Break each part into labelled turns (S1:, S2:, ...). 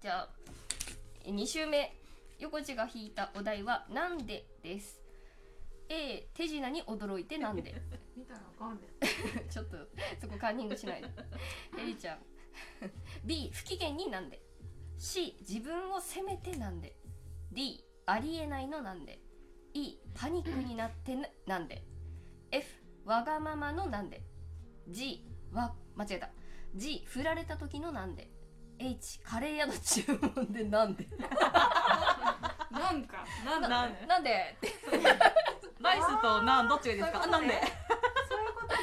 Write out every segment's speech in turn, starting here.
S1: じゃあ2週目横地が引いたお題は「なんで?」です A 手品に驚いてなんで
S2: 見たらわかんね
S1: ちょっとそこカンニングしないでエリちゃん B 不機嫌になんで C 自分を責めてなんで D ありえないのなんで E パニックになってななんで F わがままのなんで G わ間違えた G 振られた時のなんで H カレー屋の注文でなんで
S2: なんか
S3: なん
S1: な
S3: なんで
S1: なんでって
S3: ライスとなんどっちがいいです
S1: そう
S3: か
S1: いうこと
S3: なんで
S2: そういうことね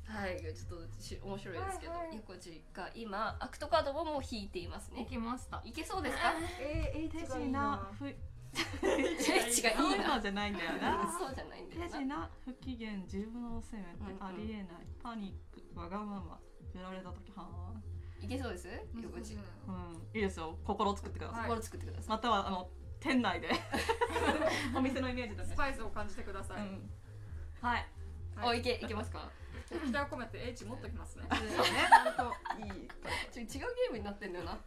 S1: はいちょっとし面白いですけど、
S2: はいはい
S1: 横地が今アクトカードをもう引いていますね
S4: きました
S1: いけそうですか
S2: え
S3: 手
S2: ー、手
S3: 品ふ
S1: エッチがいい
S3: そういう
S1: な
S3: のじゃないんだよな
S1: そうじゃないんだよ
S3: 手
S1: な
S3: 品不機嫌自分を責めて
S1: うんうん
S3: ありえないパニックわがまま振られた時は
S1: はいけそうです横地
S3: ーうんいいですよ心を作ってください
S1: 心作ってくださ
S3: またはあの店内でお店のイメージだね
S2: スパイスを感じてください、
S3: うんはい
S1: い、
S2: は
S1: おいけいけますか
S2: 期待を込めて H 持っときますね本当いい
S1: ちょ違うゲームになってんだよな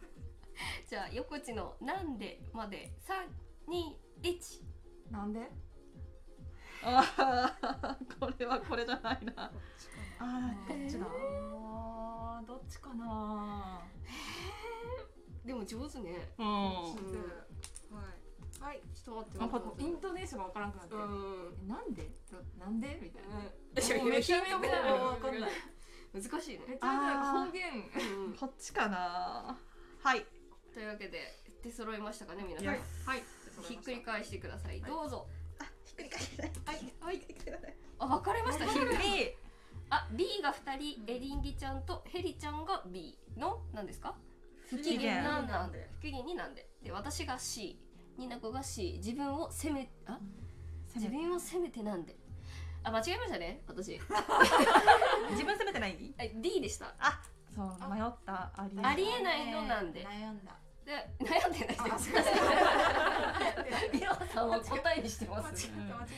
S1: じゃあ横地の「なんで?」まで321
S2: なんで
S3: あーこれはこれじゃないなあーどっちだ
S4: あーどっちかな
S1: でも上手ね
S3: うん
S1: う
S2: うんんはいはい
S1: ちょっと待って
S3: あ
S1: 待
S3: パ
S1: って待
S4: イン
S1: って
S4: トネーションがわからなくなって、
S1: う
S4: え
S1: ん
S4: なんでどなんでみたいな、
S1: うん
S4: めちゃめちゃ
S1: めちゃめちゃ
S4: わかんない
S1: 難しい
S4: め
S1: ね
S4: ちゃめちゃ方言
S1: うん
S3: こっちかなはい
S1: というわけで出揃いましたかね皆さ
S3: いや
S1: ん
S3: ひ
S2: はい
S1: ひっくり返してください
S2: はい
S1: どうぞ
S3: っくり返してはいはい
S1: あ分かれましたひっくり
S3: B
S1: あ B が2人エリンギちゃんとヘリちゃんが B の何ですか不機嫌なんなんで不機嫌になんでで私が C ニナコが C 自分を責めあ自分を責めてなんであ間違えましたね私
S3: 自分責めてない
S1: あ D でした
S3: あそう迷ったあり
S1: ありえないのなんで
S4: 悩 んだ
S1: で悩んでないですいろはさんは答えにしてます
S3: えた間違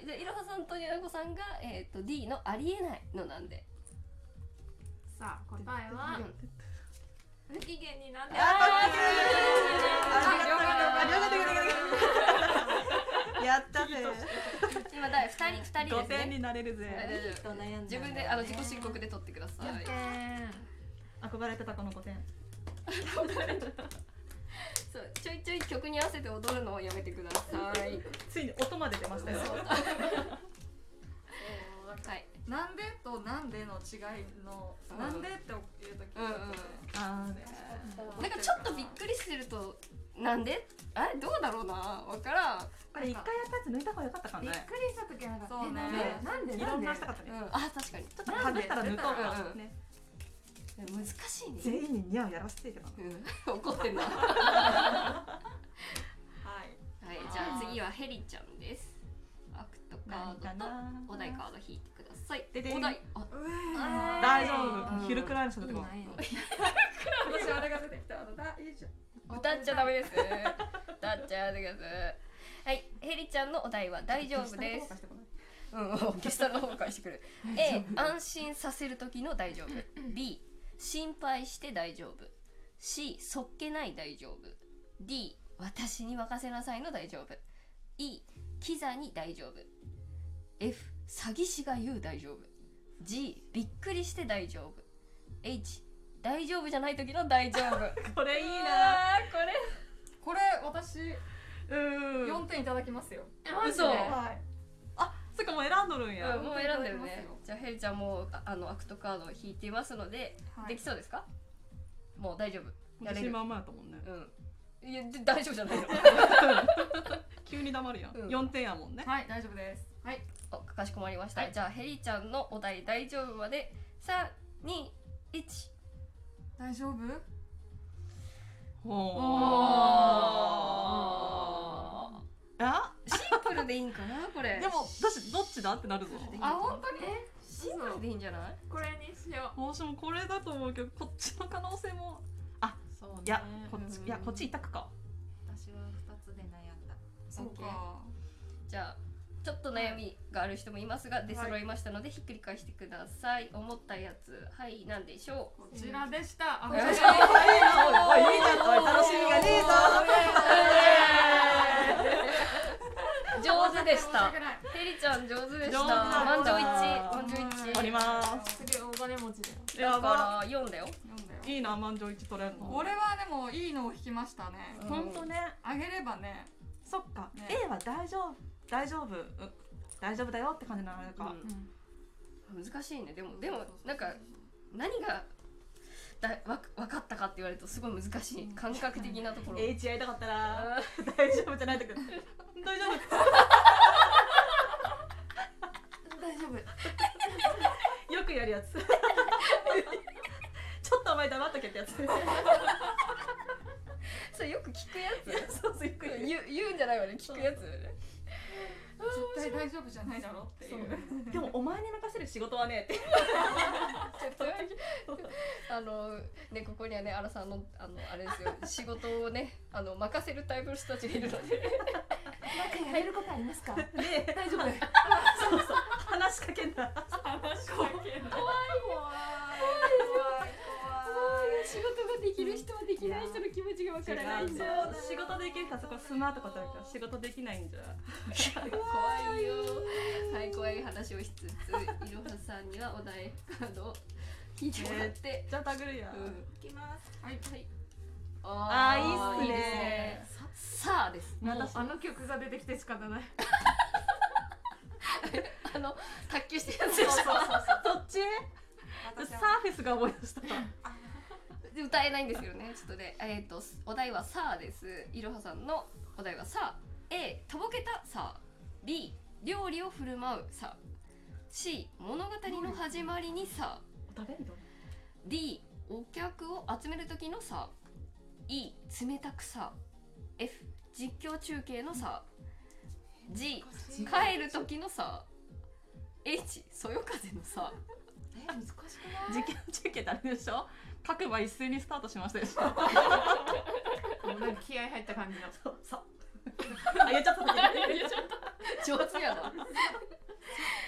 S1: えでいろはさんとニナコさんが、えー、と D のありえないのなんで
S2: さあ答えは
S1: うん
S2: 不機嫌になんで
S3: やったぜ
S1: 今だい2人二人
S3: 5
S1: ですね
S3: 点になれる
S1: はい
S3: ぜ
S1: 大丈夫
S4: と悩んだんだよね
S1: 自分であの自己申告で取ってください。
S3: 憧れてたこの5点
S1: そうちょいちょい曲に合わせて踊るのをやめてください。
S3: ついに音まで出ましたよ
S1: はい。
S2: なんでとなんでの違いのなんでって言うとき
S1: うんうん。
S3: あーね
S1: なんかちょっとびっくりしてるとなんで？あれどうだろうな。わからん。
S3: これ1回やったやつ抜いた方が良かったか
S4: びっ
S3: ね
S4: くりした時はなんか
S2: そうね
S4: えなんで
S3: い
S4: な
S3: ろ
S4: ん
S3: ん
S4: でな
S3: なんし
S4: で
S3: たかった
S1: うん。
S3: ね
S1: あ確かに。
S3: ちょっと外したら抜こう
S1: うん
S3: か
S1: うん
S3: ね
S1: 難しいね。
S3: 全員に似合うやらせてるけどな
S1: うん。 怒ってんな。はい。
S2: はい
S1: じゃあ次はヘリちゃんです。アクトカードとお題カード引いてください。
S3: ででん
S1: お題。あ
S2: う
S3: 大
S1: う
S3: 丈
S1: ん
S3: 夫昼くらいの人だとこ
S4: いいな
S2: 私あれが出てきたのだいいじゃん
S1: 歌っちゃダメです。歌っちゃダメです。はい。ヘリちゃんのお題は大丈夫です。うん、ゲストの方返してくる A 安心させる時の大丈夫 B 心配して大丈夫 C そっけない大丈夫 D 私に任せなさいの大丈夫 E キザに大丈夫 F 詐欺師が言う大丈夫 G びっくりして大丈夫 H 大丈夫じゃない時の大 丈夫
S3: これいいな
S1: これ
S2: これ私
S3: うん
S2: 四点いただきますよ
S1: 嘘、
S3: はいあそっかもう選んどるん
S1: うん、
S3: や
S1: もう選んでるね
S2: いただきますよ
S1: じゃあヘリちゃんもうああのアクトカードを引いていますのでできそうですかもう大丈夫やれ
S3: 私
S1: る
S3: まんまやったもんね
S1: うんいやで大丈夫じゃ ないの
S3: 急に黙るやん
S1: うん
S3: 4点やもんね
S2: はい大丈夫ですはい
S1: おかしこまりました、
S2: はい
S1: じゃあヘリちゃんのお題大丈夫まで321
S2: 大丈夫
S3: おお
S1: あ
S3: あ
S1: シンプルでいいんかなこれ
S3: でも私どっちだってなるぞ
S1: あ本当に
S2: シ
S1: シンプルでいいんじゃない
S2: これにしよ
S3: 私もこれだと思うけどこっちの可能性も
S4: そうね
S3: いやこっち
S1: うん
S3: いやこっち一択か
S4: 私は二つで悩んだ
S2: うそうか
S1: じゃあちょっと悩みがある人もいますが出揃いましたので、ひっくり返してくださ い思ったやつはい何でしょう
S2: こちらでしたあ
S1: うん
S2: こちら
S3: あいいじゃん
S1: から4だよ
S2: 読んだよ
S3: いいな満場一取れんの
S2: 俺はでもいいのを引きましたね
S1: うん
S3: ほんとね
S2: あげればね
S3: そっか、
S2: ね
S3: A は大丈夫大丈夫う大丈夫だよって感じなのか、
S1: うん難しいねでもでもなんか何がだわ分かったかって言われるとすごい難しい感覚的なところ
S3: H やりたかったら
S1: あ
S3: 大丈夫じゃないんだけど大丈夫
S4: 大丈夫
S3: よくやるやつちょっとお前黙っとけってやつ
S1: ーそれよく聞くやつ
S3: そうそうよく
S1: 言う言うんじゃないわね聞くや つ
S2: 絶対大丈夫じゃないだろっていう
S3: でもお前に任せる仕事はねって
S1: あのねここにはねアラさんのあのあれです よ仕事をねあの任せるタイプの人たちがいるので
S4: なんかやれることありますか
S3: で
S4: 大丈夫
S3: そうそう話しかけんな
S2: 怖い
S1: 仕事ができる人はできない人の気持ちがわからないんだよ
S3: 違う仕事できる人はそこスマートことだから仕事できないんじゃ
S1: 怖いよはい怖い話をしつついろはさんにはお題カードを引いてもらって、
S3: じゃあタグるや、
S1: うん
S4: 行きます
S1: はいはい
S3: あーいいっすね
S1: ささあです
S3: もう
S1: もう
S4: あの曲が出てきて仕方ない
S1: あの卓球してるやつでし
S3: どっち
S2: 私
S3: サ
S2: は
S3: ーフェスが思い出した
S1: ょ 歌えないんですよねちょっとねえっ、とお題はさあですいろはさんのお題はさあ A とぼけたさあ B 料理を振る舞うさあ C 物語の始まりにさあ
S3: 食べんの
S1: D お客を集める時のさ E 冷たくさ F 実況中継のさ G 帰る時のさ H そよ風のさ
S4: え難しくない
S3: 実験中継ってあれでしょ各馬一斉にスタートしましたでしょ
S4: もうなんか気合入った感じの
S3: そうそう あ言っちゃった
S1: 上手やな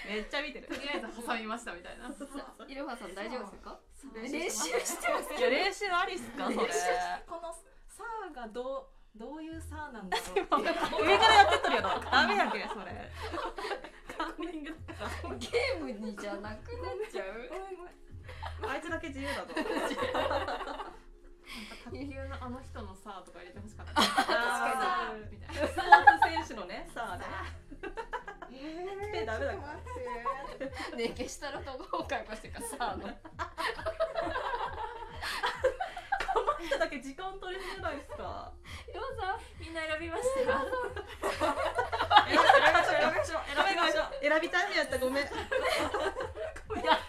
S3: めっちゃ見てる
S4: とりあえず挟みましたみたいな
S1: いろはさん大丈夫ですか
S2: 練
S1: 練習
S2: 習し
S1: してます
S3: いや練習ありっすかそれ
S5: このサーがどうどういうサーなんだ ろうっていう
S3: 上からやってっとるやろダメやけそれカーリング
S1: ゲームにじゃなくなっちゃう
S3: あいつだけ自由だと
S5: 卓球のあの人のサーとか入れてほしかったサ
S3: あ
S5: ーみたい
S3: ースポーツ選手のねさあね えダメだから
S1: ねえ消したらと後悔越してかさあの
S3: 困っただけ時間取りじゃないですか
S1: いろは
S5: なみんな選びましたよ
S3: 選びましょう選びましょう選びましょう選びたいのやったらごめん
S1: さんやっ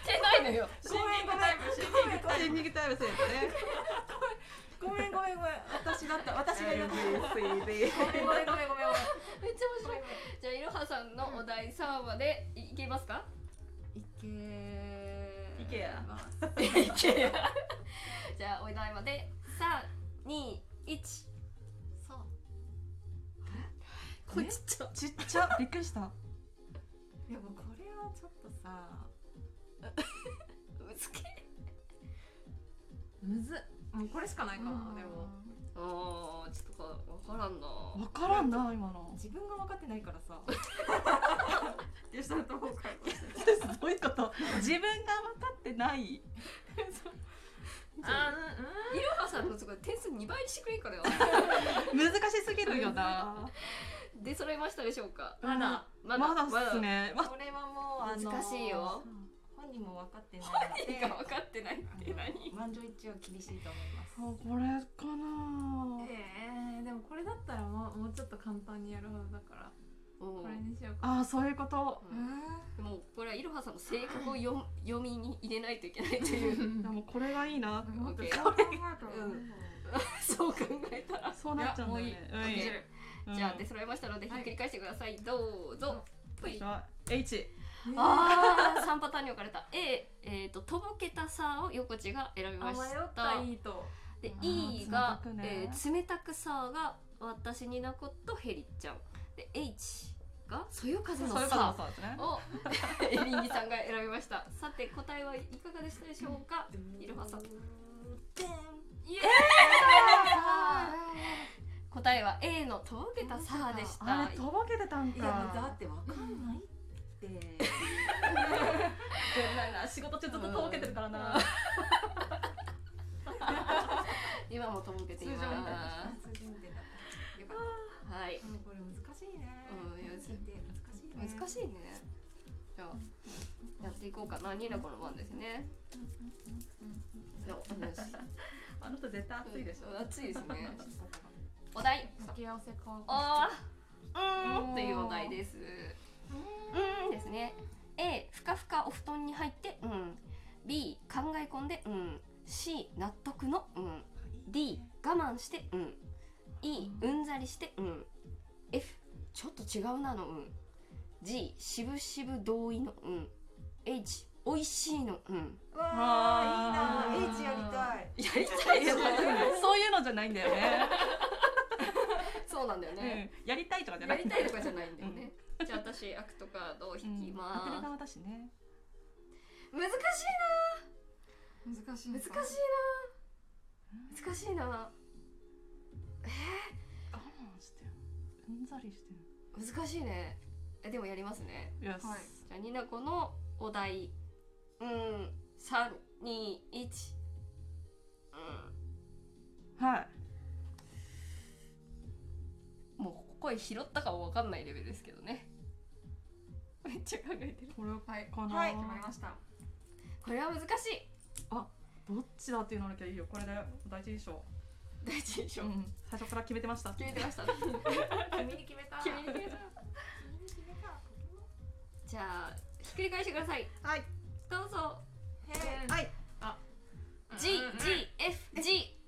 S1: てないのよ
S3: ごめんごめんシンギングタイムそうやね
S5: ごめんごめんごめん私だった私が言う
S4: ごめんごめんごめ
S1: め
S4: ん
S1: っちゃ面白いじゃあいろはさんのお題さあまでいけますか
S4: いけ
S3: いけや
S1: いけよじゃあお題まで三二一
S4: そう
S1: これちっちゃ
S3: ちっちゃびっくりした
S4: でもこれはちょっとさ
S1: うつけ
S4: むずっ
S5: もうこれしかないかな
S4: で
S5: で
S4: も
S5: も
S1: あーちょっとわからんな
S3: わからんな今の
S4: 自分が分かってないからさ
S2: たらどうか
S3: どういうこと自分が分かってない
S5: あ
S1: いろはさんのすごい点数二倍にしてくれんからよ
S3: 難しすぎるよな
S1: 出揃いましたでしょうか
S5: うんうんまだ
S1: ま
S3: まだっすねま
S4: これはもうあの
S1: 難しいよ
S4: 本人も分かってない
S1: 何が分かってないって何
S4: ので満場一致は厳しいと思います
S3: あこれかな
S5: えーでもこれだったらもうもうちょっと簡単にやるはずだからこれにしようか
S3: あーそういうこと
S1: でもこれはいろはさんの性格を読む読みに入れないといけないという
S3: でもこれがいいな
S5: もっと
S1: OK
S5: 簡単に
S1: そう考えたら
S3: そうなっちゃうんだよね
S5: いけ
S3: う
S5: る
S3: ん
S1: じゃあ出揃いましたのでひっくり返してください、どうぞ、ぷい
S3: はい H
S1: あー3パターンに分かれた A えー、ととぼけたさを横地が選び
S5: あ
S1: ま
S5: 迷
S1: し
S5: った
S1: た
S5: いいと
S1: で
S3: あー
S1: E が
S3: 冷たくね
S1: えー冷たくさが私になことヘリちゃんで H がそよ風の
S3: そういうこと
S1: さ
S3: そうですね
S1: を エリンギさんが選びましたさて答えはいかがでしたでしょうかいろはさんイエーイ答えは A のとぼけたさでした
S3: あれとぼけてたん
S5: いやだ
S3: か
S5: ってわ
S4: 分かんないって
S3: 仕事中ずっととぼけてるからな
S1: 今もとぼけています。は
S4: 通常運転だった。よかった。
S1: い。
S4: でもこれ難しいね。
S1: うんいや
S4: 聞いて難しいね。
S1: 難しいね。じゃあやっていこうかな。ニーナコの番ですね。じゃあお願いします
S3: あの人絶対熱いでしょ。
S1: うん 暑いですね。
S6: お題
S7: 付き合わせか
S6: あ
S1: うーんというお題です。うーんですね。A ふかふかお布団に入ってうん。B 考え込んでうん。C 納得のうん。D 我慢してうん。E うんざりしてうん。F ちょっと違うなのうん。G しぶしぶ同意のうん。H おいしいのうん。
S4: わあ
S3: あー
S4: いいな。H やりたい。
S3: やりたいよ。 そういうのじゃないんだよね。
S1: そうなんだよね。
S3: うんやりたいとかじゃな
S1: や
S3: い。
S1: りたいとかじゃないんだよね。
S6: ーじゃあ私アクトカードを
S3: う
S6: 引
S3: ん
S6: き
S3: 当て
S6: ま
S3: る
S6: す、
S3: 側だしね。
S1: 難しい
S2: 難しい
S1: 難しいな難しいな
S3: 我慢してる。うんざりしてる。
S1: 難しいねえでもやりますね
S3: いや、
S2: はい
S1: じゃあニナコのお題うん321
S3: はい。
S1: うんもう声拾ったかも分かんないレベルですけどねめっちゃ考えてる
S3: これ
S2: はい
S3: かな。
S2: はい決まりました
S1: これは難しい
S3: どっちだっていうのなきゃいいよ。これで第一印象。
S1: 第一印象
S3: うん最初から決めてました。
S1: 決めてました
S2: 君に決めた
S1: 君に決めたじゃあひっくり返してください
S3: はい
S1: どうぞ
S2: へー
S3: はい。
S6: G G F G